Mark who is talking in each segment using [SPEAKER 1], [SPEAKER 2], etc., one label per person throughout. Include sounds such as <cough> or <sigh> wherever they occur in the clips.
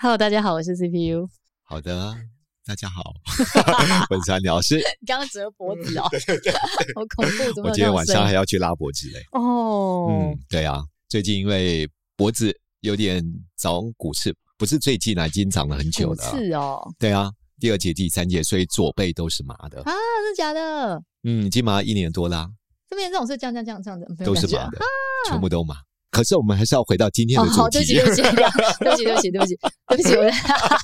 [SPEAKER 1] Hello，大家好，我是 CPU。
[SPEAKER 2] 好的，大家好， <laughs> 我是查理老师。
[SPEAKER 1] 你刚刚折脖 <laughs> 子哦，好恐怖！怎么
[SPEAKER 2] 我
[SPEAKER 1] 有这
[SPEAKER 2] 今天
[SPEAKER 1] 种
[SPEAKER 2] 晚上
[SPEAKER 1] 声
[SPEAKER 2] 还
[SPEAKER 1] 音？
[SPEAKER 2] 要去拉脖子嘞。
[SPEAKER 1] 哦
[SPEAKER 2] 嗯，，对啊，最近因为脖子有点长骨刺，不是最近啊，已经长了很久
[SPEAKER 1] 骨
[SPEAKER 2] 了啊。
[SPEAKER 1] 刺哦，
[SPEAKER 2] 对啊，第二节、第三节，所以左背都是麻的。
[SPEAKER 1] 啊，真的假的？
[SPEAKER 2] 嗯，已经麻一年多啦，
[SPEAKER 1] 这么严重？是这样这样这样这样的，没有
[SPEAKER 2] 都是
[SPEAKER 1] 感觉
[SPEAKER 2] 麻的，全部都麻。可是我们还是要回到今天的
[SPEAKER 1] 哦，好，
[SPEAKER 2] 主
[SPEAKER 1] 对不
[SPEAKER 2] 题
[SPEAKER 1] 起，。对不起，对不起，对不起，对不起，对不起，我 <laughs> 在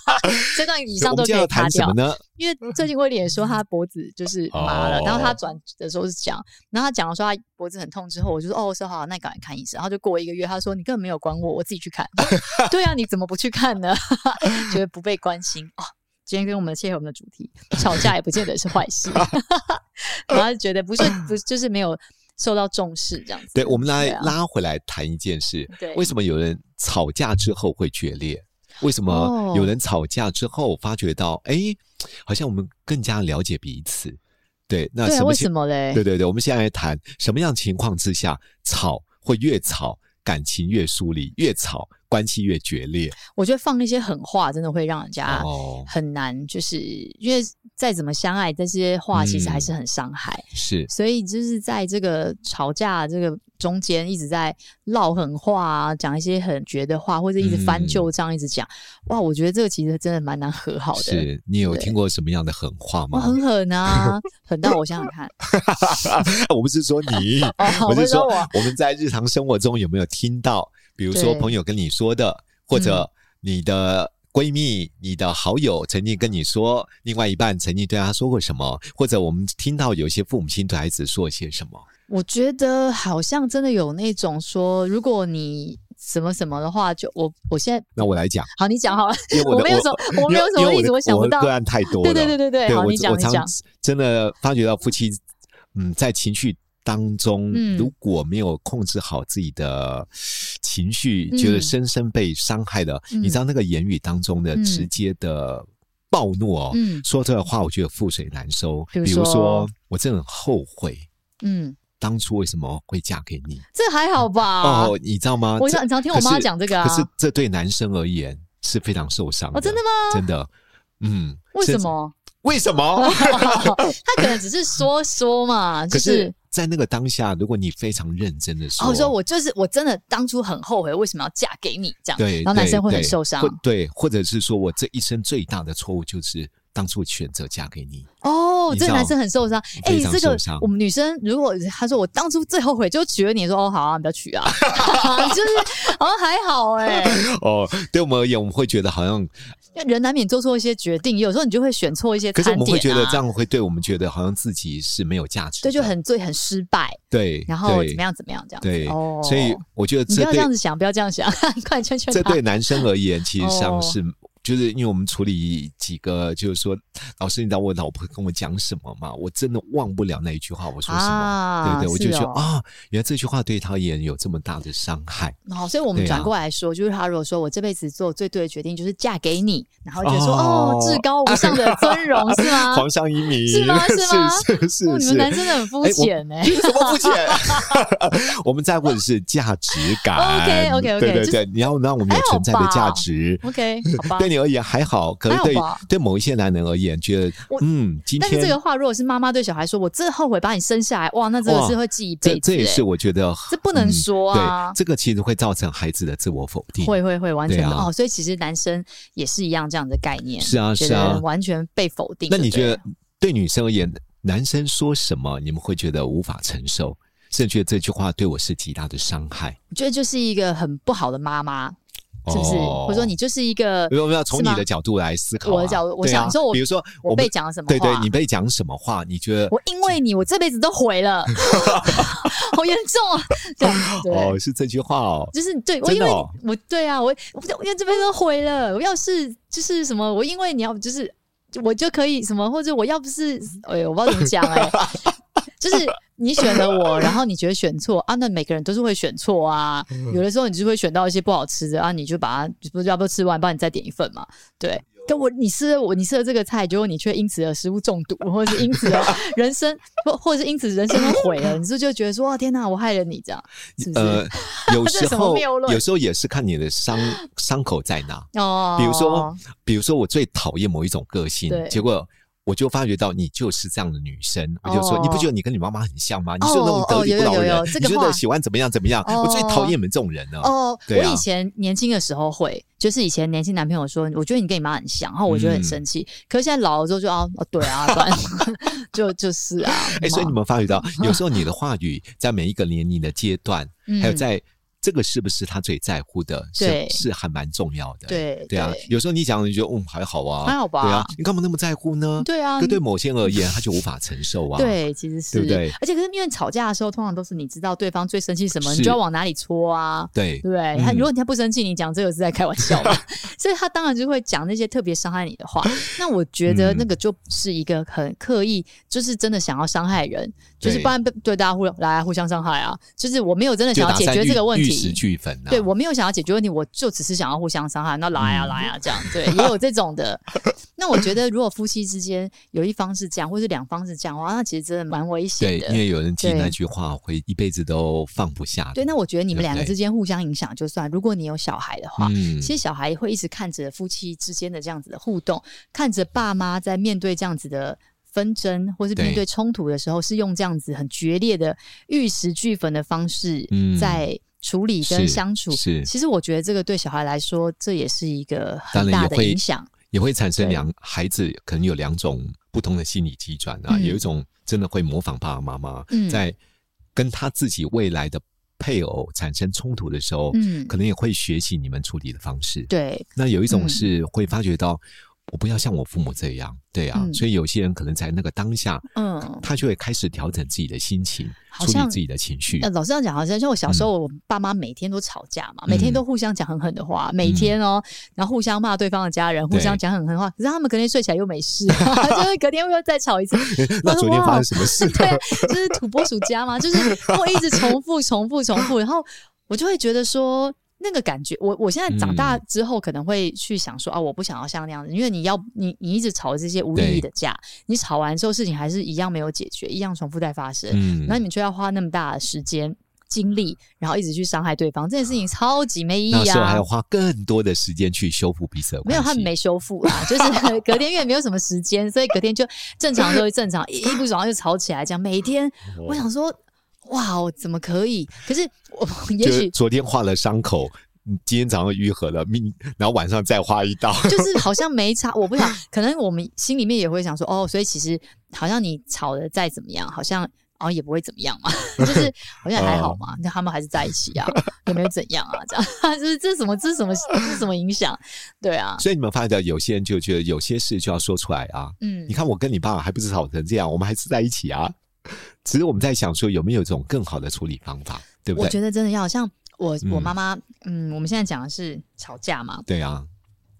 [SPEAKER 1] 这段以上
[SPEAKER 2] <laughs> 我
[SPEAKER 1] 都
[SPEAKER 2] 们今
[SPEAKER 1] 可
[SPEAKER 2] 天
[SPEAKER 1] 以
[SPEAKER 2] 要
[SPEAKER 1] 擦
[SPEAKER 2] 谈什
[SPEAKER 1] 掉
[SPEAKER 2] 么。呢？
[SPEAKER 1] 因为最近威廉说他脖子就是麻了，
[SPEAKER 2] 嗯哦
[SPEAKER 1] 然后他转的时候是讲，然后他讲了说他脖子很痛之后，我就说哦，我说好，那你赶快看医生。然后就过了一个月，他说你根本没有管我，我自己去看。 <laughs> 对啊，你怎么不去看呢？ <laughs> 觉得不被关心哦。今天跟我们切合我们的主题，吵架也不见得是坏事。 <laughs> 然后就觉得不是不就是没有受到重视这样子。
[SPEAKER 2] 对，我们来
[SPEAKER 1] 啊
[SPEAKER 2] 拉回来谈一件事。
[SPEAKER 1] 对
[SPEAKER 2] 为什么有人吵架之后会决裂？为什
[SPEAKER 1] 哦
[SPEAKER 2] 么有人吵架之后发觉到，哎、好像我们更加了解彼此？对，那
[SPEAKER 1] 对啊，
[SPEAKER 2] 什么
[SPEAKER 1] 为
[SPEAKER 2] 情
[SPEAKER 1] 什？么嘞？
[SPEAKER 2] 对对对，我们现在来谈什么样情况之下吵会越吵，感情越疏离，越吵关系越决裂。
[SPEAKER 1] 我觉得放一些狠话真的会让人家
[SPEAKER 2] 哦，
[SPEAKER 1] 很难，就是因为再怎么相爱，这些话其实还
[SPEAKER 2] 嗯
[SPEAKER 1] 是很伤害。
[SPEAKER 2] 是
[SPEAKER 1] 所以就是在这个吵架这个中间，一直在唠狠话啊，讲一些很绝的话，或者一直翻旧
[SPEAKER 2] 嗯
[SPEAKER 1] 账，一直讲。哇，我觉得这个其实真的蛮难和好的。
[SPEAKER 2] 是，你有
[SPEAKER 1] 对
[SPEAKER 2] 听过什么样的狠话
[SPEAKER 1] 哇，
[SPEAKER 2] 吗？
[SPEAKER 1] 很狠
[SPEAKER 2] <laughs>
[SPEAKER 1] 啊，狠到我想想看，
[SPEAKER 2] 我不是说你，
[SPEAKER 1] 哦
[SPEAKER 2] <laughs> 我
[SPEAKER 1] 我
[SPEAKER 2] 是
[SPEAKER 1] 说
[SPEAKER 2] 说
[SPEAKER 1] 我
[SPEAKER 2] 我们在日常生活中有没有听到，比如说
[SPEAKER 1] 对嗯
[SPEAKER 2] 朋友跟你说的，或者你的闺蜜、你的好友曾经跟你说，另外一半曾经对他说过什么，或者我们听到有些父母亲对孩子说些什么。
[SPEAKER 1] 我觉得好像真的有那种说，如果你什么什么的话，就我我现在
[SPEAKER 2] 那我来讲，
[SPEAKER 1] 好，你讲好了，
[SPEAKER 2] 因为我的
[SPEAKER 1] 没有什么，我没有什
[SPEAKER 2] 因
[SPEAKER 1] 么
[SPEAKER 2] 为
[SPEAKER 1] 例子，
[SPEAKER 2] 的
[SPEAKER 1] 我想不
[SPEAKER 2] 的
[SPEAKER 1] 到。
[SPEAKER 2] 个案太多
[SPEAKER 1] 对
[SPEAKER 2] 了。
[SPEAKER 1] 对对对对好
[SPEAKER 2] 我
[SPEAKER 1] 你讲
[SPEAKER 2] 我
[SPEAKER 1] 你
[SPEAKER 2] 常
[SPEAKER 1] 讲
[SPEAKER 2] 真的发觉到夫妻，嗯，在情绪当中，
[SPEAKER 1] 嗯
[SPEAKER 2] 如果没有控制好自己的情绪，
[SPEAKER 1] 嗯
[SPEAKER 2] 觉得深深被伤害了，
[SPEAKER 1] 嗯
[SPEAKER 2] 你知道那个言语当中的
[SPEAKER 1] 嗯
[SPEAKER 2] 直接的暴怒哦，
[SPEAKER 1] 嗯
[SPEAKER 2] 说出来的话，我觉得覆水难收。
[SPEAKER 1] 比如
[SPEAKER 2] 比如
[SPEAKER 1] 说
[SPEAKER 2] 说，我真的很后悔
[SPEAKER 1] 嗯，
[SPEAKER 2] 当初为什么会嫁给你。
[SPEAKER 1] 这还好吧？
[SPEAKER 2] 哦，你知道吗？
[SPEAKER 1] 啊我
[SPEAKER 2] 这
[SPEAKER 1] 常常听我
[SPEAKER 2] 可
[SPEAKER 1] 妈
[SPEAKER 2] 是
[SPEAKER 1] 讲这个啊
[SPEAKER 2] 可是这对男生而言是非常受伤
[SPEAKER 1] 哦真的吗
[SPEAKER 2] 真的，嗯，
[SPEAKER 1] 为
[SPEAKER 2] 甚
[SPEAKER 1] 什
[SPEAKER 2] 至？
[SPEAKER 1] 么？
[SPEAKER 2] 为什
[SPEAKER 1] <laughs>
[SPEAKER 2] 么？
[SPEAKER 1] 他可能只是说说嘛，就
[SPEAKER 2] 可
[SPEAKER 1] 是
[SPEAKER 2] 是，在那个当下，如果你非常认真的说，
[SPEAKER 1] 哦，说我就是我真的当初很后悔，为什么要嫁给你这样？
[SPEAKER 2] 对，
[SPEAKER 1] 然后男生
[SPEAKER 2] 对
[SPEAKER 1] 会很
[SPEAKER 2] 对
[SPEAKER 1] 受伤
[SPEAKER 2] 或对，或者是说我这一生最大的错误就是当初选择嫁给
[SPEAKER 1] <laughs>
[SPEAKER 2] 你，
[SPEAKER 1] 哦，
[SPEAKER 2] 你
[SPEAKER 1] 这
[SPEAKER 2] 知
[SPEAKER 1] 个
[SPEAKER 2] 道
[SPEAKER 1] 男生很受伤。哎、
[SPEAKER 2] 非常
[SPEAKER 1] 这个
[SPEAKER 2] 受伤
[SPEAKER 1] 我们女生如果她说我当初最后悔就娶了你，说哦好啊，你不要娶 <laughs> 啊，就是好像还好哎、
[SPEAKER 2] 哦，对我们而言，我们会觉得好像，
[SPEAKER 1] 因为人难免做错一些决定，有时候你就会选错一些
[SPEAKER 2] 可
[SPEAKER 1] 餐点、
[SPEAKER 2] 是
[SPEAKER 1] 啊，
[SPEAKER 2] 我们会觉得这样会对我们觉得好像自己是没有价值的，
[SPEAKER 1] 对就很最很失败，
[SPEAKER 2] 对，
[SPEAKER 1] 然后
[SPEAKER 2] 对
[SPEAKER 1] 怎么？样怎么样这样子。
[SPEAKER 2] 对，
[SPEAKER 1] 哦，
[SPEAKER 2] 所以我觉得
[SPEAKER 1] 你不
[SPEAKER 2] 这
[SPEAKER 1] 要这
[SPEAKER 2] 对
[SPEAKER 1] 样子想，不要这样想， <laughs> 快劝劝
[SPEAKER 2] 这
[SPEAKER 1] 他
[SPEAKER 2] 对。男生而言，其实上
[SPEAKER 1] 哦
[SPEAKER 2] 是、就是因为我们处理几个，就是说，老师，你知道我老婆跟我讲什么吗？我真的忘不了那一句话，我说什么？
[SPEAKER 1] 啊
[SPEAKER 2] 对不对，我
[SPEAKER 1] 是
[SPEAKER 2] 就觉得
[SPEAKER 1] 哦
[SPEAKER 2] 啊、原来这句话对他而言有这么大的伤害。
[SPEAKER 1] 好，所以我们
[SPEAKER 2] 对啊
[SPEAKER 1] 转过来说，就是他如果说我这辈子做最对的决定就是嫁给你，然后就说哦
[SPEAKER 2] 哦
[SPEAKER 1] 至高无上的尊荣哦是
[SPEAKER 2] <laughs>
[SPEAKER 1] 吗？
[SPEAKER 2] 皇上英
[SPEAKER 1] <laughs>
[SPEAKER 2] 明
[SPEAKER 1] 是吗是吗
[SPEAKER 2] <laughs> 是是是
[SPEAKER 1] 哦你们
[SPEAKER 2] 是 <laughs>
[SPEAKER 1] 男生真的很肤
[SPEAKER 2] 哎我
[SPEAKER 1] 浅哎、
[SPEAKER 2] 什么肤浅？ <laughs> 我们在乎的是价值感。
[SPEAKER 1] OK，OK，OK，
[SPEAKER 2] 对对
[SPEAKER 1] 就
[SPEAKER 2] 对，你要让我们有存在的价值。
[SPEAKER 1] OK，好吧。
[SPEAKER 2] <laughs> 对，你而言还好，可是对
[SPEAKER 1] 还好吧
[SPEAKER 2] 对某一些男人而言，觉得
[SPEAKER 1] 我
[SPEAKER 2] 嗯，今
[SPEAKER 1] 但是这
[SPEAKER 2] 天
[SPEAKER 1] 个话，如果是妈妈对小孩说，我真的后悔把你生下来，哇，那真的是会记一辈
[SPEAKER 2] 这
[SPEAKER 1] 子、
[SPEAKER 2] 这也
[SPEAKER 1] 欸
[SPEAKER 2] 是我觉得嗯
[SPEAKER 1] 这不能说啊
[SPEAKER 2] 对，这个其实会造成孩子的自我否定。
[SPEAKER 1] 会会会完全的、
[SPEAKER 2] 对啊
[SPEAKER 1] 哦，所以其实男生也是一样这样的概念，
[SPEAKER 2] 是啊
[SPEAKER 1] 觉
[SPEAKER 2] 是啊
[SPEAKER 1] 得完全被否定。
[SPEAKER 2] 那你
[SPEAKER 1] 对不对
[SPEAKER 2] 觉得对女生而言，男生说什么你们会觉得无法承受，甚至觉得这句话对我是极大的伤害？
[SPEAKER 1] 我觉得就是一个很不好的妈妈，是不是？
[SPEAKER 2] 哦
[SPEAKER 1] 或者说你就是一个
[SPEAKER 2] 没有没有，从
[SPEAKER 1] 是
[SPEAKER 2] 你
[SPEAKER 1] 吗
[SPEAKER 2] 的角度来思考啊、
[SPEAKER 1] 我的角度我
[SPEAKER 2] 对啊
[SPEAKER 1] 想说我
[SPEAKER 2] 比如说
[SPEAKER 1] 我
[SPEAKER 2] 们
[SPEAKER 1] 被讲了什么
[SPEAKER 2] 对对
[SPEAKER 1] 话，
[SPEAKER 2] 你被讲什么话？你觉得
[SPEAKER 1] 我因为你，我这辈子都毁了，好严重啊！对对。
[SPEAKER 2] 哦，是这句话哦，
[SPEAKER 1] 就是对我，
[SPEAKER 2] 真
[SPEAKER 1] 因
[SPEAKER 2] 的
[SPEAKER 1] 为
[SPEAKER 2] 哦
[SPEAKER 1] 你我对啊，我我因为这边都毁了，我要是就是什么，我因为你要就是我就可以什么，或者我要不是哎呦，我不知道怎么讲哎、 <laughs> 就是你选了我，然后你觉得选错啊，那每个人都是会选错啊，
[SPEAKER 2] 嗯
[SPEAKER 1] 有的时候你就会选到一些不好吃的啊，你就把它不是要不要吃完，帮你再点一份嘛，对。但我你吃了我你吃了这个菜，结果你却因此而食物中毒，或者是因此而人生或或者是因此人生都毁了，你是不是就觉得说哇天哪，我害了你这样，是不是？ <laughs>
[SPEAKER 2] 呃，有
[SPEAKER 1] 这是
[SPEAKER 2] 时
[SPEAKER 1] 什么
[SPEAKER 2] 候
[SPEAKER 1] 谬论
[SPEAKER 2] 有时候也是看你的伤伤口在哪。
[SPEAKER 1] 哦，
[SPEAKER 2] 比如说，比如说我最讨厌某一种个性，
[SPEAKER 1] 对
[SPEAKER 2] 结果我就发觉到你就是这样的女生，我就说
[SPEAKER 1] 哦
[SPEAKER 2] 你不觉得你跟你妈妈很像吗？你就是那种得理不饶
[SPEAKER 1] 有有有
[SPEAKER 2] 人
[SPEAKER 1] 有，这
[SPEAKER 2] 你
[SPEAKER 1] 个
[SPEAKER 2] 觉得
[SPEAKER 1] 话
[SPEAKER 2] 喜欢怎么样怎么样？我最讨厌你们这种人了。
[SPEAKER 1] 哦，
[SPEAKER 2] 对啊
[SPEAKER 1] 我以前年轻的时候会，就是以前年轻男朋友说，我觉得你跟你妈很像，然后我觉得很生气。
[SPEAKER 2] 嗯
[SPEAKER 1] 可是现在老了之后就啊，哦对啊，不然
[SPEAKER 2] <laughs>
[SPEAKER 1] 就就是啊。
[SPEAKER 2] 哎，所以
[SPEAKER 1] 嘛
[SPEAKER 2] 你们发觉到，有时候你的话语在每一个年龄的阶段，还有
[SPEAKER 1] 嗯
[SPEAKER 2] 在这个是不是他最在乎的，是
[SPEAKER 1] 对
[SPEAKER 2] 是还蛮重要的。
[SPEAKER 1] 对
[SPEAKER 2] 对啊，有时候你讲你觉得嗯还好啊，
[SPEAKER 1] 还好吧
[SPEAKER 2] 对啊，你干嘛那么在乎呢？
[SPEAKER 1] 对啊
[SPEAKER 2] 可，对某些人而言，他就无法承受啊。。
[SPEAKER 1] 对，其实是，
[SPEAKER 2] 对不对
[SPEAKER 1] 而且可是因为吵架的时候，通常都是你知道对方最生气什么，
[SPEAKER 2] 是
[SPEAKER 1] 你就要往哪里戳啊。
[SPEAKER 2] 对
[SPEAKER 1] 对不对，他
[SPEAKER 2] 嗯
[SPEAKER 1] 如果他不生气，你讲这个是在开玩笑
[SPEAKER 2] <laughs>
[SPEAKER 1] 嘛，所以他当然就会讲那些特别伤害你的话。那我觉得
[SPEAKER 2] 嗯
[SPEAKER 1] 那个就不是一个很刻意，就是真的想要伤害人，就是
[SPEAKER 2] 对
[SPEAKER 1] 不然被对大家互来啊互相伤害啊。就是我没有真的
[SPEAKER 2] 就
[SPEAKER 1] 想要
[SPEAKER 2] 打
[SPEAKER 1] 解
[SPEAKER 2] 算
[SPEAKER 1] 决这个问
[SPEAKER 2] 玉石
[SPEAKER 1] 题，
[SPEAKER 2] 俱焚啊！嗯
[SPEAKER 1] 对我没有想要解决问题，我就只是想要互相伤害。那来啊来啊，这样对，也有这种的。那我觉得如果夫妻之间有一方是这样，或是两方是这样的话，那其实真的蛮危
[SPEAKER 2] 对
[SPEAKER 1] 险，的
[SPEAKER 2] 因。为有人记
[SPEAKER 1] 对
[SPEAKER 2] 那句话，会一辈子都放不下的。
[SPEAKER 1] 对，那我觉得你们
[SPEAKER 2] 对不
[SPEAKER 1] 两个
[SPEAKER 2] 对
[SPEAKER 1] 之间互相影响就算，如果你有小孩的话，
[SPEAKER 2] 嗯
[SPEAKER 1] 其实小孩会一直看着夫妻之间的这样子的互动，看着爸妈在面对这样子的。纷争或是
[SPEAKER 2] 对
[SPEAKER 1] 面对冲突的时候，是用这样子很决裂的玉石俱焚的方式
[SPEAKER 2] 嗯
[SPEAKER 1] 在处理
[SPEAKER 2] 是
[SPEAKER 1] 跟相处。
[SPEAKER 2] 是
[SPEAKER 1] 其实我觉得这个对小孩来说，这也是一个
[SPEAKER 2] 当
[SPEAKER 1] 很
[SPEAKER 2] 然
[SPEAKER 1] 大
[SPEAKER 2] 也
[SPEAKER 1] 的
[SPEAKER 2] 会
[SPEAKER 1] 影响。
[SPEAKER 2] 也会产生
[SPEAKER 1] 对
[SPEAKER 2] 两孩子可能有两种不同的心理机转啊，
[SPEAKER 1] 嗯
[SPEAKER 2] 有一种真的会模仿爸爸妈妈，
[SPEAKER 1] 嗯
[SPEAKER 2] 在跟他自己未来的配偶产生冲突的时候，
[SPEAKER 1] 嗯
[SPEAKER 2] 可能也会学习你们处理的方式。
[SPEAKER 1] 对，
[SPEAKER 2] 那有一种
[SPEAKER 1] 嗯
[SPEAKER 2] 是会发觉到。我不要像我父母这样，对啊，
[SPEAKER 1] 嗯
[SPEAKER 2] 所以有些人可能在那个当下，
[SPEAKER 1] 嗯，
[SPEAKER 2] 他就会开始调整自己的心情，
[SPEAKER 1] 好
[SPEAKER 2] 处理
[SPEAKER 1] 像
[SPEAKER 2] 自己的情绪。
[SPEAKER 1] 呃，老师这样讲，好像像我
[SPEAKER 2] 嗯
[SPEAKER 1] 小时候，我爸妈每天都吵架嘛，每天都互相讲很狠的话，每天哦，然后互相骂对方的家人，互相
[SPEAKER 2] 嗯对
[SPEAKER 1] 讲很狠的话。可是他们隔天睡起来又没事， <laughs> 就是隔天又再吵
[SPEAKER 2] <laughs>
[SPEAKER 1] 一次。
[SPEAKER 2] <laughs> 那昨天
[SPEAKER 1] 哇
[SPEAKER 2] 发生什么事？
[SPEAKER 1] <laughs> 对，就是土拨鼠家嘛，就是会一直重复、重复、重复，然后我就会觉得说。那个感觉，我我现在长
[SPEAKER 2] 嗯
[SPEAKER 1] 大之后可能会去想说、啊，我不想要像那样子，因为你要你你一直吵这些无意义的架，你吵完之后事情还是一样没有解决，一样重复在发生。
[SPEAKER 2] 嗯
[SPEAKER 1] 然后你却要花那么大的时间精力，然后一直去伤害对方，这件事情超级没意
[SPEAKER 2] 那
[SPEAKER 1] 义
[SPEAKER 2] 时候还
[SPEAKER 1] 啊
[SPEAKER 2] 要！花更多的时间去修复彼此的
[SPEAKER 1] 没
[SPEAKER 2] 关系。
[SPEAKER 1] 有，他们没修复啦，就是隔天因为没有什么时间，所以隔天就正常就会正常，一一不爽就吵起来，这样每天
[SPEAKER 2] 哦
[SPEAKER 1] 我想说，哇，我怎么可以？可是我 <laughs> 也
[SPEAKER 2] 就是
[SPEAKER 1] 许
[SPEAKER 2] 昨天画了伤口，嗯今天早上愈合了，明然后晚上再画一道。 <laughs>
[SPEAKER 1] 就是好像没差，我不想，可能我们心里面也会想说，哦，所以其实好像你吵的再怎么样，好像哦也不会怎么样嘛， <laughs> 就是好像也还好
[SPEAKER 2] 哦
[SPEAKER 1] 嘛，那、他们还是在一起啊， <laughs> 也没有怎样啊，这样 <laughs> 就是这是什么这是什么这是什么影响？对啊，
[SPEAKER 2] 所以你们发现到有些人就觉得有些事就要说出来啊。
[SPEAKER 1] 嗯
[SPEAKER 2] 你，看我跟你爸还不是吵成这样，我们还是在一起啊。只是我们在想说有没有一种更好的处理方法，对不
[SPEAKER 1] 我
[SPEAKER 2] 对？
[SPEAKER 1] 觉得真的要像我我
[SPEAKER 2] 嗯
[SPEAKER 1] 妈妈，嗯，我们现在讲的是吵架嘛，
[SPEAKER 2] 对啊，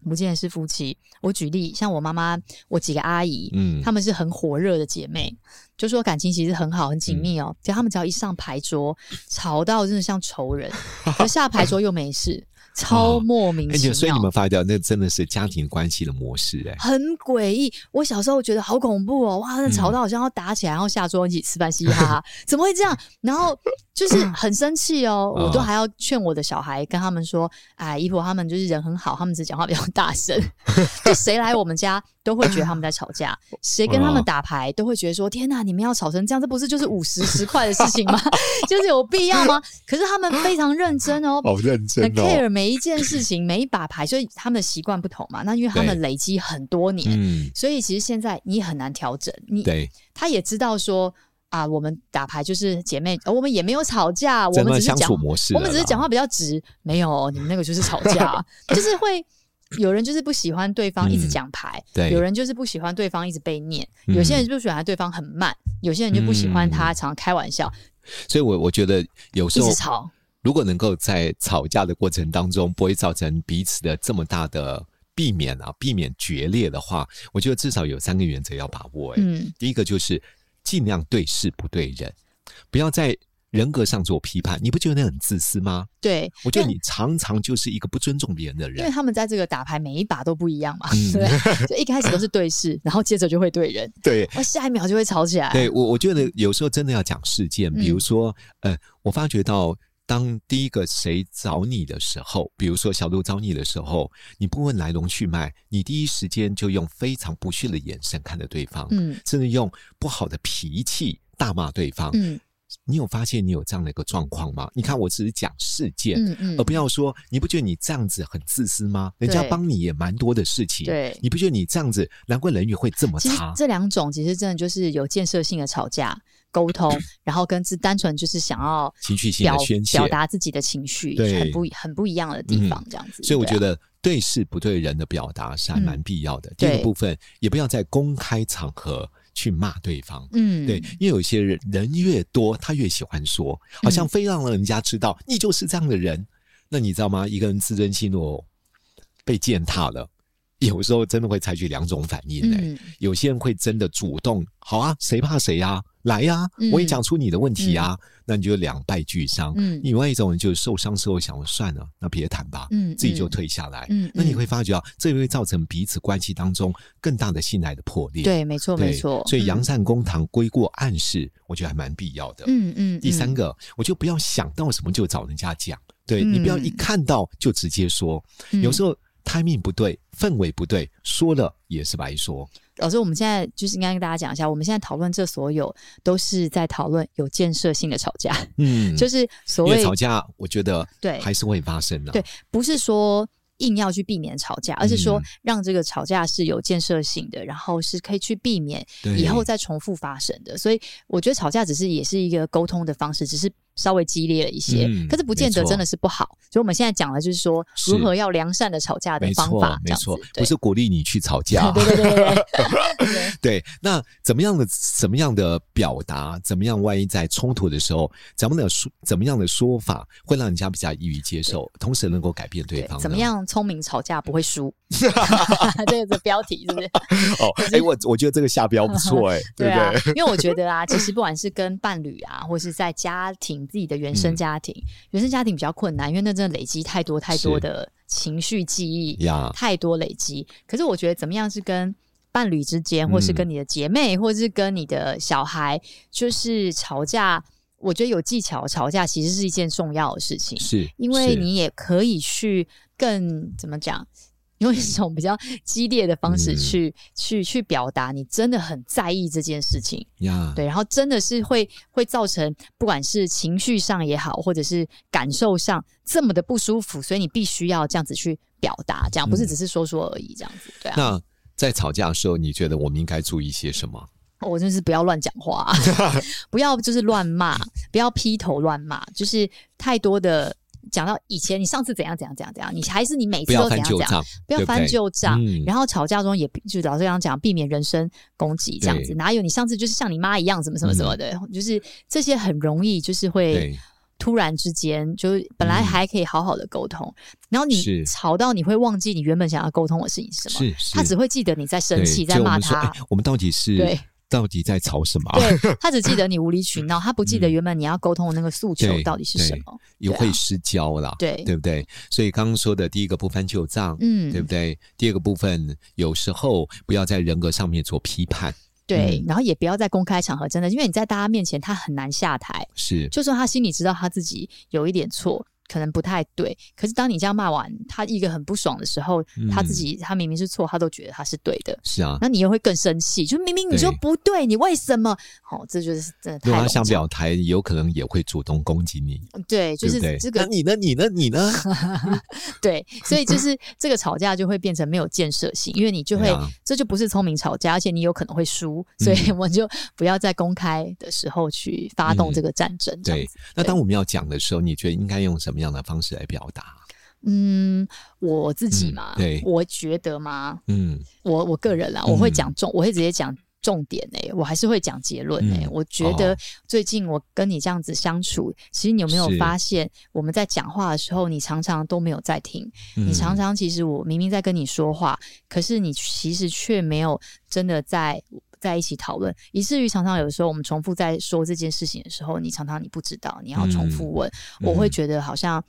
[SPEAKER 1] 不见得是夫妻。我举例，像我妈妈，我几个阿姨，
[SPEAKER 2] 嗯
[SPEAKER 1] 她们是很火热的姐妹，就说感情其实很好，很紧密
[SPEAKER 2] 嗯
[SPEAKER 1] 哦。就他们只要一上牌桌，吵到真的像仇
[SPEAKER 2] <laughs>
[SPEAKER 1] 人，可下牌桌又没事，超莫名
[SPEAKER 2] 哦哎
[SPEAKER 1] 其
[SPEAKER 2] 你
[SPEAKER 1] 妙。
[SPEAKER 2] 所以你们发觉那真的是家庭关系的模式哎、
[SPEAKER 1] 很诡异。我小时候觉得好恐怖哦，哇，那吵
[SPEAKER 2] 嗯
[SPEAKER 1] 到好像要打起来，然后下桌一起吃饭，嘻嘻哈哈， <laughs> 怎么会这样？然后就是很生气哦，
[SPEAKER 2] 嗯
[SPEAKER 1] 我都还要劝我的小孩，跟他们说，哎，姨婆他们就是人很好，他们只讲话比较大
[SPEAKER 2] <laughs>
[SPEAKER 1] 声，就谁来我们家都会觉得他们在吵架，谁跟他
[SPEAKER 2] 嗯
[SPEAKER 1] 们打牌都会觉得说，天哪，你们要吵成这样，这不是就是五十十块的事情吗？ <laughs> 就是有必要吗？可是他们非常认真哦，
[SPEAKER 2] 好认真
[SPEAKER 1] 很
[SPEAKER 2] 哦，
[SPEAKER 1] care 每一件事情，每一把牌，所以他们的习惯不同嘛。那因为他们
[SPEAKER 2] 对
[SPEAKER 1] 累积很多年，
[SPEAKER 2] 嗯，
[SPEAKER 1] 所以其实现在你很难调整。你
[SPEAKER 2] 对，
[SPEAKER 1] 他也知道说啊，我们打牌就是姐妹，呃我们也没有吵架，我
[SPEAKER 2] 真
[SPEAKER 1] 们
[SPEAKER 2] 的
[SPEAKER 1] 只是
[SPEAKER 2] 相
[SPEAKER 1] 讲
[SPEAKER 2] 处，模式了
[SPEAKER 1] 我
[SPEAKER 2] 啦，
[SPEAKER 1] 们只是讲话比较直。没有，你们那个就是吵
[SPEAKER 2] <laughs>
[SPEAKER 1] 架，就是会。有人就是不喜欢对方一直
[SPEAKER 2] 嗯
[SPEAKER 1] 讲牌，
[SPEAKER 2] 对
[SPEAKER 1] 有人就是不喜欢对方一直被念，
[SPEAKER 2] 嗯
[SPEAKER 1] 有些人就喜欢对方很慢，有些人就不喜欢他常常开玩笑，
[SPEAKER 2] 所以我我觉得有时
[SPEAKER 1] 一
[SPEAKER 2] 候
[SPEAKER 1] 直吵。
[SPEAKER 2] 如果能够在吵架的过程当中不会造成彼此的这么大的避免啊，避免决裂的话，我觉得至少有三个原则要把握、欸。
[SPEAKER 1] 嗯，
[SPEAKER 2] 第一个就是尽量对事不对人，不要在人格上做批判。你不觉得很自私吗？
[SPEAKER 1] 对，
[SPEAKER 2] 我觉
[SPEAKER 1] 因
[SPEAKER 2] 得
[SPEAKER 1] 为
[SPEAKER 2] 你常常就是一个不尊重别人的嗯
[SPEAKER 1] 因为
[SPEAKER 2] 人。
[SPEAKER 1] 他们在这个打牌每一把都不一样嘛，
[SPEAKER 2] 嗯
[SPEAKER 1] 对，就一开始都是对视，然后接着就会对人，
[SPEAKER 2] 对，
[SPEAKER 1] 哇，下一秒就会吵起来。
[SPEAKER 2] 对我我觉得有时候真的要讲事件，
[SPEAKER 1] 嗯
[SPEAKER 2] 比如说，呃，我发觉到。当第一个谁找你的时候，比如说小鹿找你的时候，你不问来龙去脉，你第一时间就用非常不屑的眼神看着对方，
[SPEAKER 1] 嗯
[SPEAKER 2] 甚至用不好的脾气大骂对方。
[SPEAKER 1] 嗯
[SPEAKER 2] 你有发现你有这样的一个状况吗？你看，我只是讲事件，
[SPEAKER 1] 嗯嗯
[SPEAKER 2] 而，不要说你不觉得你这样子很自私吗？人家
[SPEAKER 1] 对
[SPEAKER 2] 帮你也蛮多的事情，
[SPEAKER 1] 对
[SPEAKER 2] 你不觉得你这样子，难怪人缘会这么
[SPEAKER 1] 其实
[SPEAKER 2] 差？
[SPEAKER 1] 这两种其实真的就是有建设性的吵架沟通，然后跟是单纯就是想要
[SPEAKER 2] 情绪性
[SPEAKER 1] 表
[SPEAKER 2] 的宣泄
[SPEAKER 1] 表达自己的情绪，
[SPEAKER 2] 对嗯
[SPEAKER 1] 很不很不一样的地方，这样子。
[SPEAKER 2] 所以我
[SPEAKER 1] 对啊
[SPEAKER 2] 觉得对事不对人的表达是还蛮必要的。
[SPEAKER 1] 嗯
[SPEAKER 2] 第
[SPEAKER 1] 对
[SPEAKER 2] 一个部分，也不要在公开场合去骂对方。
[SPEAKER 1] 嗯，
[SPEAKER 2] 对，因为有些人人越多，他越喜欢说，
[SPEAKER 1] 嗯
[SPEAKER 2] 好像非让人家知道、你就是这样的人。那你知道吗？一个人自尊心哦被践踏了，有时候真的会采取两种反应呢、
[SPEAKER 1] 嗯
[SPEAKER 2] 有些人会真的主动，好啊，谁怕谁啊，来呀、
[SPEAKER 1] 嗯
[SPEAKER 2] 我也讲出你的问题啊，那你就两败俱伤。
[SPEAKER 1] 嗯
[SPEAKER 2] 另外一种人就是受伤之后想说算了，那别谈吧，
[SPEAKER 1] 嗯
[SPEAKER 2] 自己就
[SPEAKER 1] 嗯
[SPEAKER 2] 退下来。
[SPEAKER 1] 嗯，
[SPEAKER 2] 那你
[SPEAKER 1] 嗯
[SPEAKER 2] 会发觉啊，这会造成彼此关系当中更大的信赖的破裂。
[SPEAKER 1] 对，没错
[SPEAKER 2] 对，
[SPEAKER 1] 没错。
[SPEAKER 2] 所以扬
[SPEAKER 1] 嗯
[SPEAKER 2] 善公堂归过暗室，我觉得还蛮必要的。
[SPEAKER 1] 嗯嗯，
[SPEAKER 2] 第三
[SPEAKER 1] 嗯
[SPEAKER 2] 个，我就不要想到什么就找人家讲，对你不要一
[SPEAKER 1] 嗯
[SPEAKER 2] 看到就直接说，有时候 timing 不对，氛围不对，说了也是白说。
[SPEAKER 1] 老师，我们现在就是应该跟大家讲一下，我们现在讨论这所有都是在讨论有建设性的吵架， <laughs>
[SPEAKER 2] 嗯，
[SPEAKER 1] 就是所
[SPEAKER 2] 因为
[SPEAKER 1] 谓
[SPEAKER 2] 吵架，我觉得
[SPEAKER 1] 对
[SPEAKER 2] 还是会发生的、
[SPEAKER 1] 对，不是说硬要去避免吵架，而是说
[SPEAKER 2] 嗯
[SPEAKER 1] 让这个吵架是有建设性的，然后是可以去避免
[SPEAKER 2] 对
[SPEAKER 1] 以后再重复发生的。所以我觉得吵架只是也是一个沟通的方式，只是稍微激烈了一些，
[SPEAKER 2] 嗯
[SPEAKER 1] 可是不见
[SPEAKER 2] 没
[SPEAKER 1] 得
[SPEAKER 2] 错
[SPEAKER 1] 真的是不好。所以我们现在讲的就是说
[SPEAKER 2] 是
[SPEAKER 1] 如何要良善的吵架的
[SPEAKER 2] 没
[SPEAKER 1] 方
[SPEAKER 2] 错
[SPEAKER 1] 法，，这
[SPEAKER 2] 没
[SPEAKER 1] 样子
[SPEAKER 2] 错，，
[SPEAKER 1] 对
[SPEAKER 2] 不是鼓励你去吵架。
[SPEAKER 1] 对对
[SPEAKER 2] <laughs>
[SPEAKER 1] 对对对，对
[SPEAKER 2] 对，那怎么样的怎么样的表达，怎么样？万一在冲突的时候，咱们的说怎么样的说法会让人家比较易于接受，同时能够改变对方？
[SPEAKER 1] 怎么？样聪明吵架不会
[SPEAKER 2] <laughs>
[SPEAKER 1] 输？ <laughs> 这个标题是不是？
[SPEAKER 2] 哦，哎，我我觉得这个下标不
[SPEAKER 1] <laughs>
[SPEAKER 2] 错，哎，
[SPEAKER 1] 对
[SPEAKER 2] 不
[SPEAKER 1] 啊
[SPEAKER 2] <laughs> 对？，
[SPEAKER 1] 因为我觉得啊，其实不管是跟伴侣
[SPEAKER 2] <laughs>
[SPEAKER 1] 啊，或是在家庭自己的原生
[SPEAKER 2] 嗯
[SPEAKER 1] 家庭，原生家庭比较困难，因为那真的累积太多太多
[SPEAKER 2] 是
[SPEAKER 1] 的情绪记忆，
[SPEAKER 2] 呀，
[SPEAKER 1] 太多累积。可是我觉得怎么样是跟伴侣之
[SPEAKER 2] 嗯
[SPEAKER 1] 间，或是跟你的姐妹，或是跟你的小孩，就是吵架，我觉得有技巧吵架其实是一件重要的事情。
[SPEAKER 2] 是，
[SPEAKER 1] 因为
[SPEAKER 2] 是
[SPEAKER 1] 你也可以去更怎么讲，用一种比较激烈的方式
[SPEAKER 2] 嗯
[SPEAKER 1] 去、去去表达你真的很在意这件事情，
[SPEAKER 2] 呀，
[SPEAKER 1] 对，然啊后真的是会会造成不管是情绪上也好，或者是感受上这么的不舒服，所以你必须要这样子去表达，这样不是
[SPEAKER 2] 嗯
[SPEAKER 1] 只是说说而已，这样子，对啊，
[SPEAKER 2] 那。在吵架的时候，你觉得我们应该注意些什么？
[SPEAKER 1] 我真是不要乱讲话、 <laughs> 不要就是乱骂，不要劈头乱骂，就是太多的。讲到以前，你上次怎样怎样怎样怎样，你还是你每次
[SPEAKER 2] 不要
[SPEAKER 1] 都怎
[SPEAKER 2] 翻
[SPEAKER 1] 样
[SPEAKER 2] 旧
[SPEAKER 1] 怎样，
[SPEAKER 2] 账，
[SPEAKER 1] 不要
[SPEAKER 2] 对不
[SPEAKER 1] 翻
[SPEAKER 2] 对
[SPEAKER 1] 旧账，
[SPEAKER 2] 嗯
[SPEAKER 1] 然后吵架中也避就老师刚刚讲，避免人身攻击这样子。
[SPEAKER 2] 对嗯
[SPEAKER 1] 哪有你上次就是像你妈一样，什么什么什么的，就是这些很容易就是会
[SPEAKER 2] 对，嗯
[SPEAKER 1] 突然之间，就是本来还可以好好的沟通，然后你
[SPEAKER 2] 是
[SPEAKER 1] 吵到你会忘记你原本想要沟通的事情是什么，
[SPEAKER 2] 是是，
[SPEAKER 1] 他只会记得你在生
[SPEAKER 2] 对
[SPEAKER 1] 气，
[SPEAKER 2] 所
[SPEAKER 1] 在
[SPEAKER 2] 以我
[SPEAKER 1] 骂
[SPEAKER 2] 们说
[SPEAKER 1] 他
[SPEAKER 2] 哎。我们到底是
[SPEAKER 1] 对
[SPEAKER 2] 到底在吵什么啊，嗯
[SPEAKER 1] 对他只记得你无理取闹，他不记得原本你要沟通的那个诉求
[SPEAKER 2] 对
[SPEAKER 1] 到底是
[SPEAKER 2] 对
[SPEAKER 1] 什么。
[SPEAKER 2] 也
[SPEAKER 1] 对啊
[SPEAKER 2] 会失焦啦，
[SPEAKER 1] 对
[SPEAKER 2] 对不对？所以刚刚说的第一个不翻旧账，
[SPEAKER 1] 嗯
[SPEAKER 2] 对不对？第二个部分，有时候不要在人格上面做批判，
[SPEAKER 1] 对
[SPEAKER 2] 嗯，
[SPEAKER 1] 然后也不要在公开场合，真的，因为你在大家面前他很难下台。
[SPEAKER 2] 是
[SPEAKER 1] 就算他心里知道他自己有一点
[SPEAKER 2] 嗯
[SPEAKER 1] 错，可能不太对，可是当你这样骂完他一个很不爽的时候，他自
[SPEAKER 2] 嗯
[SPEAKER 1] 己他明明是错，他都觉得他是对的。
[SPEAKER 2] 是啊。
[SPEAKER 1] 那你又会更生气，就明明你就
[SPEAKER 2] 对
[SPEAKER 1] 不对，你为什么？哦，这就是真的太
[SPEAKER 2] 如果他
[SPEAKER 1] 笼
[SPEAKER 2] 想
[SPEAKER 1] 罩
[SPEAKER 2] 表台，有可能也会主动攻击你，
[SPEAKER 1] 对，就
[SPEAKER 2] 对
[SPEAKER 1] 是
[SPEAKER 2] 不对？
[SPEAKER 1] 这个
[SPEAKER 2] 那你呢？你呢？你呢？
[SPEAKER 1] 对，所以就是
[SPEAKER 2] <laughs>
[SPEAKER 1] 这个吵架就会变成没有建设性，因为你就会、
[SPEAKER 2] 对啊嗯
[SPEAKER 1] 这就不是聪明吵架，而且你有可能会输，所以我们就不要在公开的时候去发动
[SPEAKER 2] 嗯
[SPEAKER 1] 这个战争。 <laughs> 这样
[SPEAKER 2] 对
[SPEAKER 1] 子，
[SPEAKER 2] 那当我们要讲的时候，你觉得应该用什么样的方式来表达？
[SPEAKER 1] 嗯，我自己
[SPEAKER 2] 嗯
[SPEAKER 1] 嘛，
[SPEAKER 2] 对
[SPEAKER 1] 我觉得嘛，
[SPEAKER 2] 嗯，
[SPEAKER 1] 我我个人啦，我会
[SPEAKER 2] 嗯
[SPEAKER 1] 讲重，我会直接讲重点诶、我还是会讲结论诶、
[SPEAKER 2] 嗯
[SPEAKER 1] 我觉得
[SPEAKER 2] 哦
[SPEAKER 1] 最近我跟你这样子相处，其实你有没有
[SPEAKER 2] 是
[SPEAKER 1] 发现，我们在讲话的时候，你常常都没有在听，
[SPEAKER 2] 嗯
[SPEAKER 1] 你常常其实我明明在跟你说话，可是你其实却没有真的在。在一起讨论，以至于常常有时候我们重复在说这件事情的时候，你常常你不知道，你要重复问，
[SPEAKER 2] 嗯
[SPEAKER 1] 我会觉得好像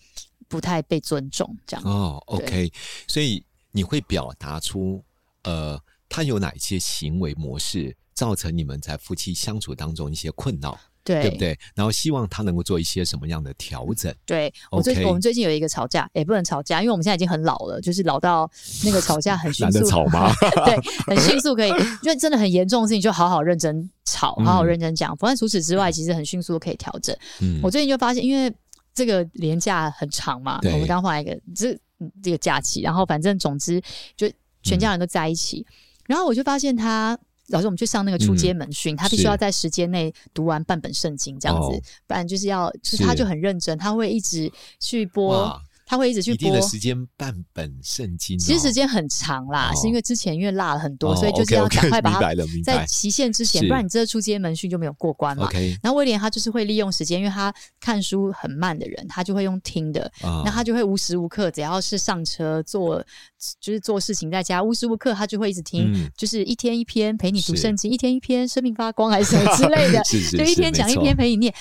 [SPEAKER 1] 不太被尊重这样。
[SPEAKER 2] 哦
[SPEAKER 1] 对
[SPEAKER 2] ，OK，所以你会表达出，呃，他有哪一些行为模式造成你们在夫妻相处当中一些困扰，对不对？然后希望他能够做一些什么样的调整？
[SPEAKER 1] 对我最
[SPEAKER 2] OK
[SPEAKER 1] 我们最近有一个吵架，也不能吵架，因为我们现在已经很老了，就是老到那个吵架很迅
[SPEAKER 2] <laughs> 懒得
[SPEAKER 1] 速，
[SPEAKER 2] 吵吗
[SPEAKER 1] <laughs> 对，很迅速可以，就真的很严重的事情就好好认真吵，
[SPEAKER 2] 嗯
[SPEAKER 1] 好好认真讲。反正除此之外，其实很迅速可以调整。
[SPEAKER 2] 嗯，
[SPEAKER 1] 我最近就发现，因为这个年假很长嘛，
[SPEAKER 2] 对
[SPEAKER 1] 我们刚换一个这这个假期，然后反正总之就全家人都在一起，然后我就发现他。老师，我们去上那个出街门训，他必须
[SPEAKER 2] 嗯是
[SPEAKER 1] 要在时间内读完半本圣经，这样子，
[SPEAKER 2] 哦
[SPEAKER 1] 不然就是要，就是
[SPEAKER 2] 是
[SPEAKER 1] 他就很认真，他会一直去播
[SPEAKER 2] 哇，
[SPEAKER 1] 他会一直去
[SPEAKER 2] 一定
[SPEAKER 1] 播
[SPEAKER 2] 的，时间半本圣经哦，
[SPEAKER 1] 其实时间很长啦，
[SPEAKER 2] 哦
[SPEAKER 1] 是因为之前因为落了很多，
[SPEAKER 2] 哦
[SPEAKER 1] 所以就是要
[SPEAKER 2] OK，OK，
[SPEAKER 1] 赶快把
[SPEAKER 2] 明
[SPEAKER 1] 它
[SPEAKER 2] 白了，明
[SPEAKER 1] 在
[SPEAKER 2] 白。
[SPEAKER 1] 期限之前，
[SPEAKER 2] 是哦
[SPEAKER 1] 不然你这出街门训就没有过关嘛。
[SPEAKER 2] OK
[SPEAKER 1] 然后威廉他就是会利用时间，因为他看书很慢的人，他就会用听的，
[SPEAKER 2] 啊，
[SPEAKER 1] 那他就会无时无刻，只要是上车做，就是做事情在家，无时无刻他就会一直听，
[SPEAKER 2] 嗯
[SPEAKER 1] 就是一天一篇陪你读
[SPEAKER 2] 是，
[SPEAKER 1] 圣经，一天一篇生命发光还是什么之类的
[SPEAKER 2] 是是
[SPEAKER 1] 就是一天
[SPEAKER 2] 没
[SPEAKER 1] 讲一
[SPEAKER 2] 错
[SPEAKER 1] 篇陪你念。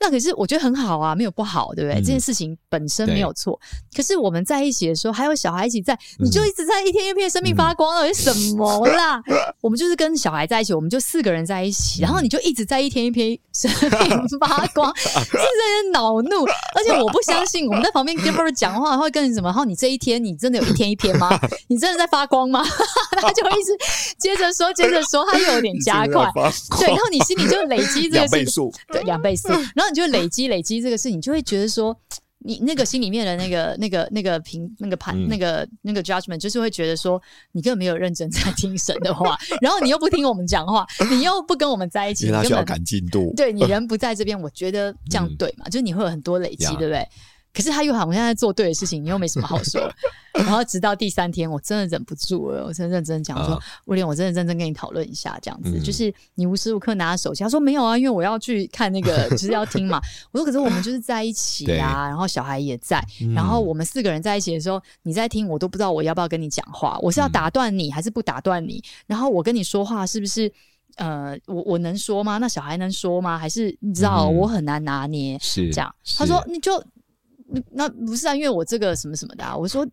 [SPEAKER 1] 那可是我觉得很好啊，没有不好，对不对？这
[SPEAKER 2] 嗯
[SPEAKER 1] 件事情本身
[SPEAKER 2] 对
[SPEAKER 1] 没有错。可是我们在一起的时候，还有小孩一起在，你就
[SPEAKER 2] 嗯
[SPEAKER 1] 一直在一天一篇生命发光，到底是什么啦？ <laughs> 我们就是跟小孩在一起，我们就四个人在一起，
[SPEAKER 2] 嗯
[SPEAKER 1] 然后你就一直在一天一篇生命发
[SPEAKER 2] <laughs>
[SPEAKER 1] 光，是在恼怒。而且我不相信我们在旁边跟 Gilbert 讲话，会跟你什么？然后你这一天你真的有一天一篇吗？你真的在发光吗？ <laughs> 他就会一直接着说，接着说，他又有点加快。对，然后你心里就累积这个事情，对，两倍速，然后你就累积累积这个事情，你就会觉得说。你那个心里面的那个、那个、那个评、那个判、
[SPEAKER 2] 嗯
[SPEAKER 1] 那个、那个 judgment，就是会觉得说，你根本没有认真在听神的话， <laughs> 然后你又不听我们讲话，你又不跟我们在一起，
[SPEAKER 2] 因为
[SPEAKER 1] 你
[SPEAKER 2] 他
[SPEAKER 1] 根
[SPEAKER 2] 需要
[SPEAKER 1] 本
[SPEAKER 2] 赶进度，
[SPEAKER 1] 对你人不在这边，我觉得这样
[SPEAKER 2] 呃嗯
[SPEAKER 1] 对嘛？就是你会有很多累积，
[SPEAKER 2] 呀
[SPEAKER 1] 对不对？可是他又好像在做对的事情，你又没什么
[SPEAKER 2] <laughs>
[SPEAKER 1] 好说。然后直到第三天，我真的忍不住了，我真的认真讲说
[SPEAKER 2] 啊，
[SPEAKER 1] 威廉，我真的认真跟你讨论一下，这样子、
[SPEAKER 2] 嗯
[SPEAKER 1] 就是你无时无刻拿着手机，他说没有啊，因为我要去看那个，就是要听嘛。 <laughs> 我说可是我们就是在一
[SPEAKER 2] <laughs>
[SPEAKER 1] 起啊，然后小孩也在，
[SPEAKER 2] 嗯
[SPEAKER 1] 然后我们四个人在一起的时候，你在听，我都不知道我要不要跟你讲话，我是要
[SPEAKER 2] 嗯
[SPEAKER 1] 打断你还是不打断你？然后我跟你说话是不是？呃，我我能说吗？那小孩能说吗？还是你知道、
[SPEAKER 2] 嗯
[SPEAKER 1] 我很难拿捏
[SPEAKER 2] 是
[SPEAKER 1] 这样？他
[SPEAKER 2] 是嗯
[SPEAKER 1] 说你就你那不是啊，因为我这个什么什么的、啊，我说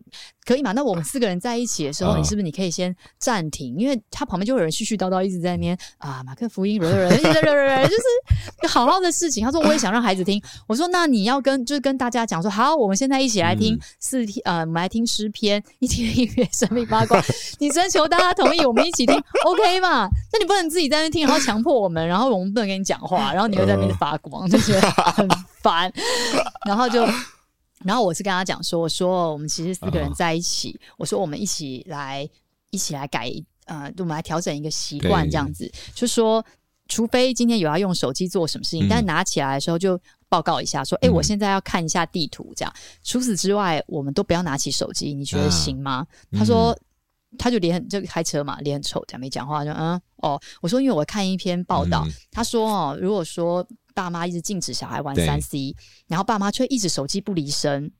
[SPEAKER 1] 可以嘛？那我们四个人在一起的时候，
[SPEAKER 2] 啊
[SPEAKER 1] 你是不是你可以先暂停？因为他旁边就有人絮絮叨叨一直在那边啊，马克福音，人
[SPEAKER 2] <laughs>
[SPEAKER 1] 人人人人人，就是好好的事情。他说我也想让孩子听，我说那你要跟就是跟大家讲说，好，我们现在一起来听
[SPEAKER 2] 嗯
[SPEAKER 1] 四天，呃，我们来听诗篇，一天一篇生命八卦， <laughs> 你征求大家同意，我们一起听，OK 嘛？那你不能自己在那边听，然后强迫我们，然后我们不能跟你讲话，然后你又在那
[SPEAKER 2] 嗯
[SPEAKER 1] 边发光， <laughs> 就觉得很烦，然后就。然后我是跟他讲说，我说我们其实四个人
[SPEAKER 2] 啊
[SPEAKER 1] 在一起，我说我们一起来一起来改，呃，我们来调整一个习
[SPEAKER 2] 对
[SPEAKER 1] 惯，这样子，就说除非今天有要用手机做什么事情，
[SPEAKER 2] 嗯
[SPEAKER 1] 但拿起来的时候就报告一下，说，哎、
[SPEAKER 2] 嗯
[SPEAKER 1] 我现在要看一下地图，这样。除此之外，我们都不要拿起手机，你觉得
[SPEAKER 2] 啊
[SPEAKER 1] 行吗？他说，他就脸很就开车嘛，脸很臭，讲没讲话，就嗯哦。我说，因为我看一篇报道，
[SPEAKER 2] 嗯
[SPEAKER 1] 他说哦，如果说爸妈一直禁止小孩玩
[SPEAKER 2] 对
[SPEAKER 1] 三 C，然后爸妈却一直手机不离身，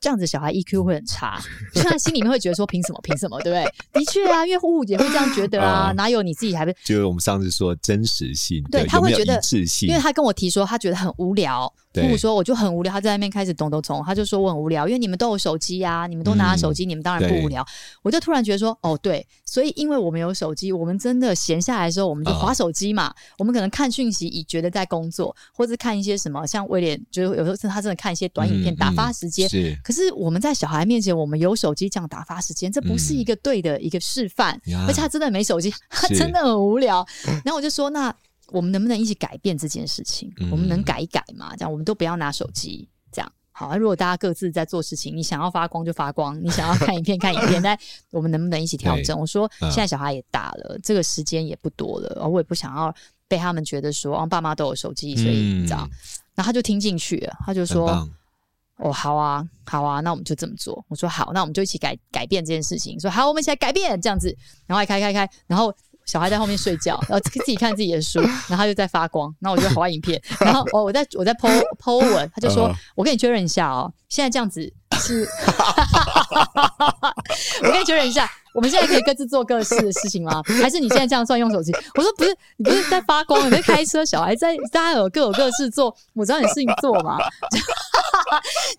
[SPEAKER 1] 这样子小孩
[SPEAKER 2] 嗯
[SPEAKER 1] EQ 会很差，所以他心里面会觉得说凭什么凭什么，对不对？的确啊，因为户户也会这样觉得啊，
[SPEAKER 2] <laughs> 啊
[SPEAKER 1] 哪有你自己还不
[SPEAKER 2] 就是我们上次说真实性，
[SPEAKER 1] 对他
[SPEAKER 2] 有
[SPEAKER 1] 会
[SPEAKER 2] 没有
[SPEAKER 1] 觉得
[SPEAKER 2] 一致性
[SPEAKER 1] 因为他跟我提说，他觉得很无聊。
[SPEAKER 2] 对
[SPEAKER 1] 跟我说，我就很无聊。他在那边开始咚咚咚，他就说我很无聊，因为你们都有手机呀、你们都拿着手
[SPEAKER 2] 嗯
[SPEAKER 1] 机，你们当然不无聊。我就突然觉得说，哦，对，所以因为我们有手机，我们真的闲下来的时候，我
[SPEAKER 2] 啊
[SPEAKER 1] 们就划手机嘛。我们可能看讯息，以觉得在工作，或者看一些什么，像威廉，就是有时候他真的看一些短影片、
[SPEAKER 2] 嗯
[SPEAKER 1] 打发时间。
[SPEAKER 2] 是
[SPEAKER 1] 可是我们在小孩面前，我们有手机这样打发时间，这不是
[SPEAKER 2] 嗯
[SPEAKER 1] 一个对的一个示范，
[SPEAKER 2] 呀
[SPEAKER 1] 而且他真的没手机， <laughs> 他
[SPEAKER 2] 啊是
[SPEAKER 1] 真的很无聊。然后我就说，那我们能不能一起改变这件事情？
[SPEAKER 2] 嗯
[SPEAKER 1] 我们能改一改嘛？这样我们都不要拿手机，这样好。那如果大家各自在做事情，你想要发光就发光，你想要看影片看
[SPEAKER 2] <laughs>
[SPEAKER 1] 影片，但我们能不能一起调整？我说
[SPEAKER 2] 嗯
[SPEAKER 1] 现在小孩也大了，这个时间也不多了，哦而我也不想要被他们觉得说，哦，爸妈都有手机，所以
[SPEAKER 2] 嗯
[SPEAKER 1] 这样。然后他就听进去了，他就
[SPEAKER 2] 很
[SPEAKER 1] 说。
[SPEAKER 2] 棒
[SPEAKER 1] 哦，好啊，好啊，那我们就这么做。我说好，那我们就一起改改变这件事情。说好，我们一起来改变这样子，然后还开开开，然后小孩在后面睡觉，然后自己看自己的书，然后他就在发光，然后我就好玩影片，然后哦，我在我在 po po 文，他就说
[SPEAKER 2] 嗯，
[SPEAKER 1] 我跟你确认一下哦，现在这样子是， <laughs> 我跟你确认一下。我们现在可以各自做各式的事情吗？还是你现在这样算用手机？我说不是，你不是在发光，你在开车，小孩在，大家有各有各事做，我知道你事情做嘛。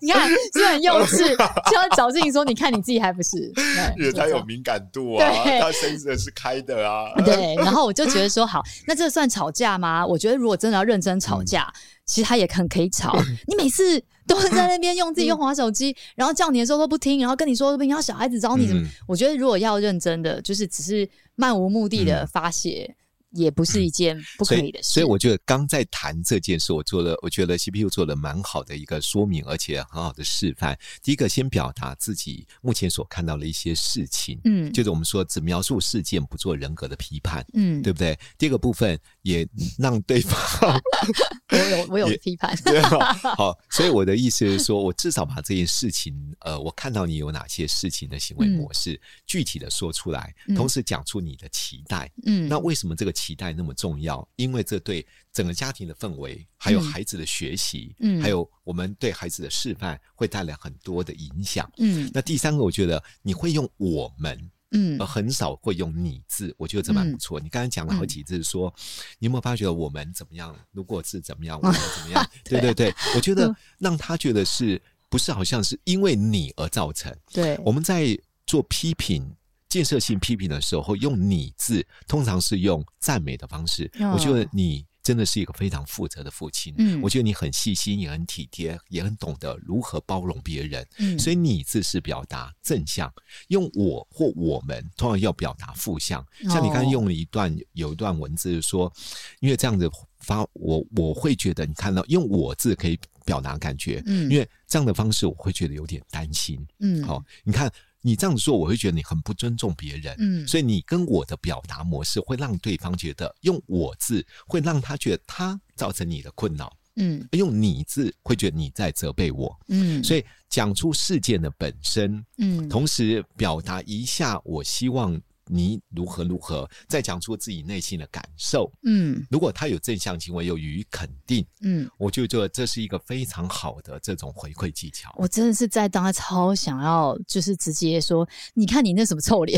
[SPEAKER 1] 你看，是不是很幼
[SPEAKER 3] <laughs>
[SPEAKER 1] 稚，就要找事情说，你看你自己还不是？对
[SPEAKER 3] 因为他有敏感度啊，
[SPEAKER 1] 对
[SPEAKER 3] 他身子是开的啊，
[SPEAKER 1] <laughs> 对，然后我就觉得说，好，那这算吵架吗？我觉得如果真的要认真吵架，
[SPEAKER 3] 嗯
[SPEAKER 1] 其实他也很可以
[SPEAKER 3] <laughs>
[SPEAKER 1] 吵。你每次都是在那边用自己用滑手机，然后叫你的时候都不听，然后跟你说都不听，然后小孩子哦找你怎么？
[SPEAKER 2] 嗯
[SPEAKER 1] 我觉得如果要认真的，就是只是漫无目的
[SPEAKER 3] 嗯
[SPEAKER 1] 的发泄，也不是一件不可
[SPEAKER 2] 所
[SPEAKER 1] 以的
[SPEAKER 2] 以，
[SPEAKER 1] 事。
[SPEAKER 2] 所以我觉得刚在谈这件事，我做了，我觉得 CPU 做了蛮好的一个说明，而且很好的示范。第一个，先表达自己目前所看到的一些事情，
[SPEAKER 1] 嗯
[SPEAKER 2] 就是我们说只描述事件，不做人格的批判，
[SPEAKER 1] 嗯，
[SPEAKER 2] 对不对？第二个部分也让对方 <laughs>
[SPEAKER 1] 我有我有
[SPEAKER 2] 也
[SPEAKER 1] 批判，<laughs>
[SPEAKER 2] 对啊，好，所以我的意思是说，我至少把这件事情，呃，我看到你有哪些事情的行为
[SPEAKER 1] 嗯
[SPEAKER 2] 模式，具体的说出来，
[SPEAKER 1] 嗯
[SPEAKER 2] 同时讲出你的期待。
[SPEAKER 1] 嗯，
[SPEAKER 2] 那为什么这个期待那么重要？因为这对整个家庭的氛围，还有
[SPEAKER 1] 嗯
[SPEAKER 2] 孩子的学习，
[SPEAKER 1] 嗯
[SPEAKER 2] 还有我们对孩子的示范，会带来很多的影响。
[SPEAKER 1] 嗯
[SPEAKER 2] 那第三个，我觉得你会用我们，
[SPEAKER 1] 嗯
[SPEAKER 2] 呃，
[SPEAKER 3] 哦
[SPEAKER 2] 很少会用你字，我觉得这蛮不错。你刚才讲了
[SPEAKER 1] 嗯
[SPEAKER 2] 好几次说，你有没有发觉我们怎么样？如果是怎么样，我们怎么
[SPEAKER 1] <laughs>
[SPEAKER 2] 样？对对
[SPEAKER 1] 啊
[SPEAKER 2] 对，我觉
[SPEAKER 1] 嗯
[SPEAKER 2] 得让他觉得是不是好像是因为你而造成？
[SPEAKER 1] 对，
[SPEAKER 2] 我们在做批评、建设性批评的时候，用“你”字，通常是用赞美的方式。
[SPEAKER 1] 嗯
[SPEAKER 2] 我觉得你真的是一个非常负责的父亲，
[SPEAKER 1] 嗯
[SPEAKER 2] 我觉得你很细心，也很体贴，也很懂得如何包容别人。
[SPEAKER 1] 嗯
[SPEAKER 2] 所以“你”字是表达正向，用“我”或“我们”通常要表达负向。像你刚才
[SPEAKER 1] 哦
[SPEAKER 2] 用了一段有一段文字说，因为这样子发我我会觉得你看到用“我”字可以表达感觉，
[SPEAKER 1] 嗯
[SPEAKER 2] 因为这样的方式我会觉得有点担心。
[SPEAKER 1] 嗯
[SPEAKER 2] 好、你看你这样子做，我会觉得你很不尊重别人。
[SPEAKER 1] 嗯
[SPEAKER 2] 所以你跟我的表达模式会让对方觉得用“我”字会让他觉得他造成你的困扰，
[SPEAKER 1] 嗯
[SPEAKER 2] 用“你”字会觉得你在责备我。
[SPEAKER 1] 嗯，
[SPEAKER 2] 所以讲出事件的本身，
[SPEAKER 1] 嗯
[SPEAKER 2] 同时表达一下我希望你如何如何，再讲出自己内心的感受。
[SPEAKER 1] 嗯
[SPEAKER 2] 如果他有正向行为，又予以肯定，
[SPEAKER 1] 嗯。
[SPEAKER 2] 我就觉得这是一个非常好的这种回馈技巧。
[SPEAKER 1] 我真的是在当下超想要，就是直接说，你看你那什么臭
[SPEAKER 2] <laughs>
[SPEAKER 1] 脸，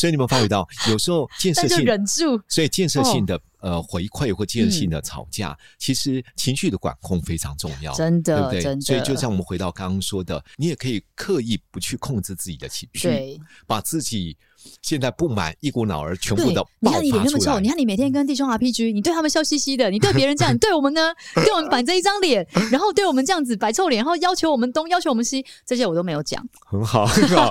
[SPEAKER 2] 所以你有没有发觉到，有时候建设
[SPEAKER 1] <laughs> 但就
[SPEAKER 2] 性
[SPEAKER 1] 忍住。
[SPEAKER 2] 所以建设
[SPEAKER 1] 哦
[SPEAKER 2] 性的、呃回馈或建设性的吵架，其实情绪的管控非常重
[SPEAKER 1] 嗯
[SPEAKER 2] 要，
[SPEAKER 1] 真的
[SPEAKER 2] 对不对？
[SPEAKER 1] 真的
[SPEAKER 2] 所以就像我们回到刚刚说的，你也可以刻意不去控制自己的情绪，
[SPEAKER 1] 对，
[SPEAKER 2] 把自己现在不满一股脑儿全部
[SPEAKER 1] 对
[SPEAKER 2] 的，
[SPEAKER 1] 你
[SPEAKER 2] 爆
[SPEAKER 1] 看你脸
[SPEAKER 2] 发
[SPEAKER 1] 那么
[SPEAKER 2] 出
[SPEAKER 1] 臭，
[SPEAKER 2] 来嗯
[SPEAKER 1] 你。看你每天跟弟兄 RPG，你对他们笑嘻嘻的，你对别人这样，你对我们呢，
[SPEAKER 2] <laughs>
[SPEAKER 1] 对我们摆这一张脸，然后对我们这样子摆臭脸，然后要求我们东，要求我们西，这些我都没有讲。，
[SPEAKER 2] 很好， <laughs> 很好。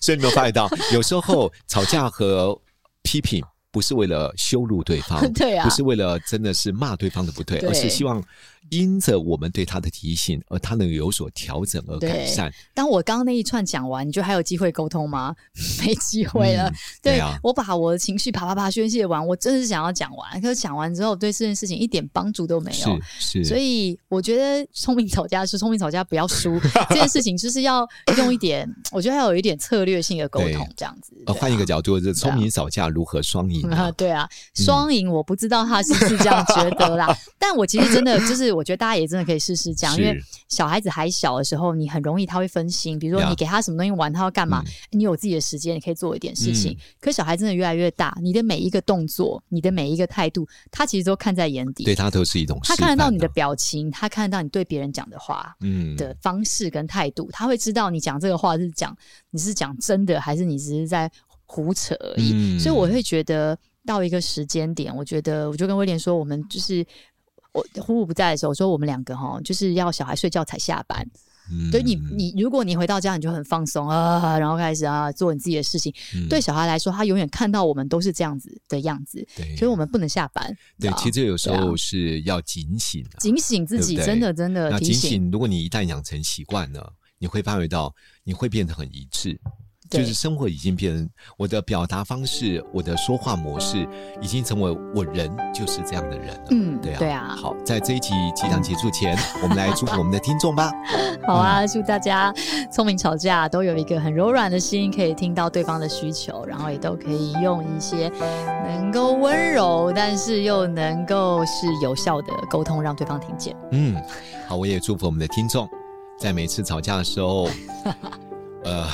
[SPEAKER 2] 所以你有没有发觉到，有时候吵架和批评不是为了羞辱对方
[SPEAKER 1] <laughs> 对啊
[SPEAKER 2] 哦不是为了真的是骂对方的不对，
[SPEAKER 1] 对
[SPEAKER 2] 而是希望因着我们对他的提醒，而他能有所调整而改
[SPEAKER 1] 对
[SPEAKER 2] 善。
[SPEAKER 1] 当我刚刚那一串讲完，你觉得还有机会沟通吗？ <laughs> 没机会了。
[SPEAKER 2] 嗯
[SPEAKER 1] 对
[SPEAKER 2] 对啊
[SPEAKER 1] 我把我的情绪啪啪啪宣泄完，我真的是想要讲完，可是讲完之后对这件事情一点帮助都没有。
[SPEAKER 2] 是是，
[SPEAKER 1] 所以我觉得聪明吵架是聪明吵架，不要
[SPEAKER 2] <laughs>
[SPEAKER 1] 输这件事情，就是要用一点，我觉得要有一点策略性的沟
[SPEAKER 2] 对
[SPEAKER 1] 通，这样子。
[SPEAKER 2] 呃，
[SPEAKER 1] 对
[SPEAKER 2] 换一
[SPEAKER 1] 啊
[SPEAKER 2] 个角度，就是
[SPEAKER 1] 对啊
[SPEAKER 2] 聪明吵架如何双赢？赢
[SPEAKER 1] 啊，
[SPEAKER 2] 啊。
[SPEAKER 1] 对啊，双赢我不知道他是不是这样觉得
[SPEAKER 2] <laughs>
[SPEAKER 1] 啦，但我其实真的就是，我觉得大家也真的可以试试这样，因为
[SPEAKER 2] 是
[SPEAKER 1] 小孩子还小的时候，你很容易他会分心，比如说
[SPEAKER 2] Yeah
[SPEAKER 1] 你给他什么东西玩，他要干嘛，你有自己的时间，你可以做一点事情
[SPEAKER 2] 嗯。
[SPEAKER 1] 可小孩真的越来越大，你的每一个动作，你的每一个态度，他其实都看在眼底，
[SPEAKER 2] 对他都是一种
[SPEAKER 1] 他
[SPEAKER 2] 示
[SPEAKER 1] 看得到
[SPEAKER 2] 范
[SPEAKER 1] 你的
[SPEAKER 2] 啊，
[SPEAKER 1] 表情，他看得到你对别人讲的话。
[SPEAKER 2] 嗯
[SPEAKER 1] 的方式跟态度，他会知道你讲这个话是讲你是讲真的，还是你只是在胡扯而已。
[SPEAKER 2] 嗯
[SPEAKER 1] 所以我会觉得到一个时间点，我觉得我就跟威廉说，我们就是。我虎虎不在的时候，我说我们两个哈，就是要小孩睡觉才下班。
[SPEAKER 2] 嗯
[SPEAKER 1] 对你，你如果你回到家，你就很放松啊，然后开始啊做你自己的事情。
[SPEAKER 2] 嗯
[SPEAKER 1] 对小孩来说，他永远看到我们都是这样子的样子，
[SPEAKER 2] 对，
[SPEAKER 1] 所以我们不能下班。
[SPEAKER 2] 嗯对，其
[SPEAKER 1] 实
[SPEAKER 2] 实有时
[SPEAKER 1] 对啊
[SPEAKER 2] 候是要警醒啊。
[SPEAKER 1] 警醒自己，
[SPEAKER 2] 对不对
[SPEAKER 1] 真的真的
[SPEAKER 2] 那
[SPEAKER 1] 提
[SPEAKER 2] 警
[SPEAKER 1] 醒。
[SPEAKER 2] 醒，如果你一旦养成习惯了，你会发觉到你会变得很一致。就
[SPEAKER 1] 对
[SPEAKER 2] 是生活已经变成我的表达方式，我的说话模式已经成为我人就是这样的人了。
[SPEAKER 1] 嗯
[SPEAKER 2] 对啊，
[SPEAKER 1] 对啊嗯
[SPEAKER 2] 好，在这一集即将结束前，我们来祝福我们的听众吧。
[SPEAKER 1] 好啊，祝大家聪明吵架都有一个很柔软的心，可以听到对方的需求，然后也都可以用一些能够温柔，但是又能够是有效的沟通，让对方听见。
[SPEAKER 2] 嗯，好，我也祝福我们的听众，在每次吵架的时
[SPEAKER 1] <laughs>
[SPEAKER 2] 候，呃，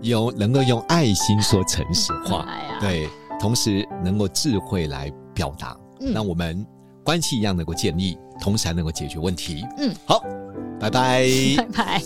[SPEAKER 2] 有能够用爱心说诚实话，
[SPEAKER 1] 哎呀
[SPEAKER 2] 对，同时能够智慧来表达，
[SPEAKER 1] 嗯
[SPEAKER 2] 让我们关系一样能够建立，同时还能够解决问题。
[SPEAKER 1] 嗯， <laughs>
[SPEAKER 2] 好，拜拜。
[SPEAKER 1] 拜拜。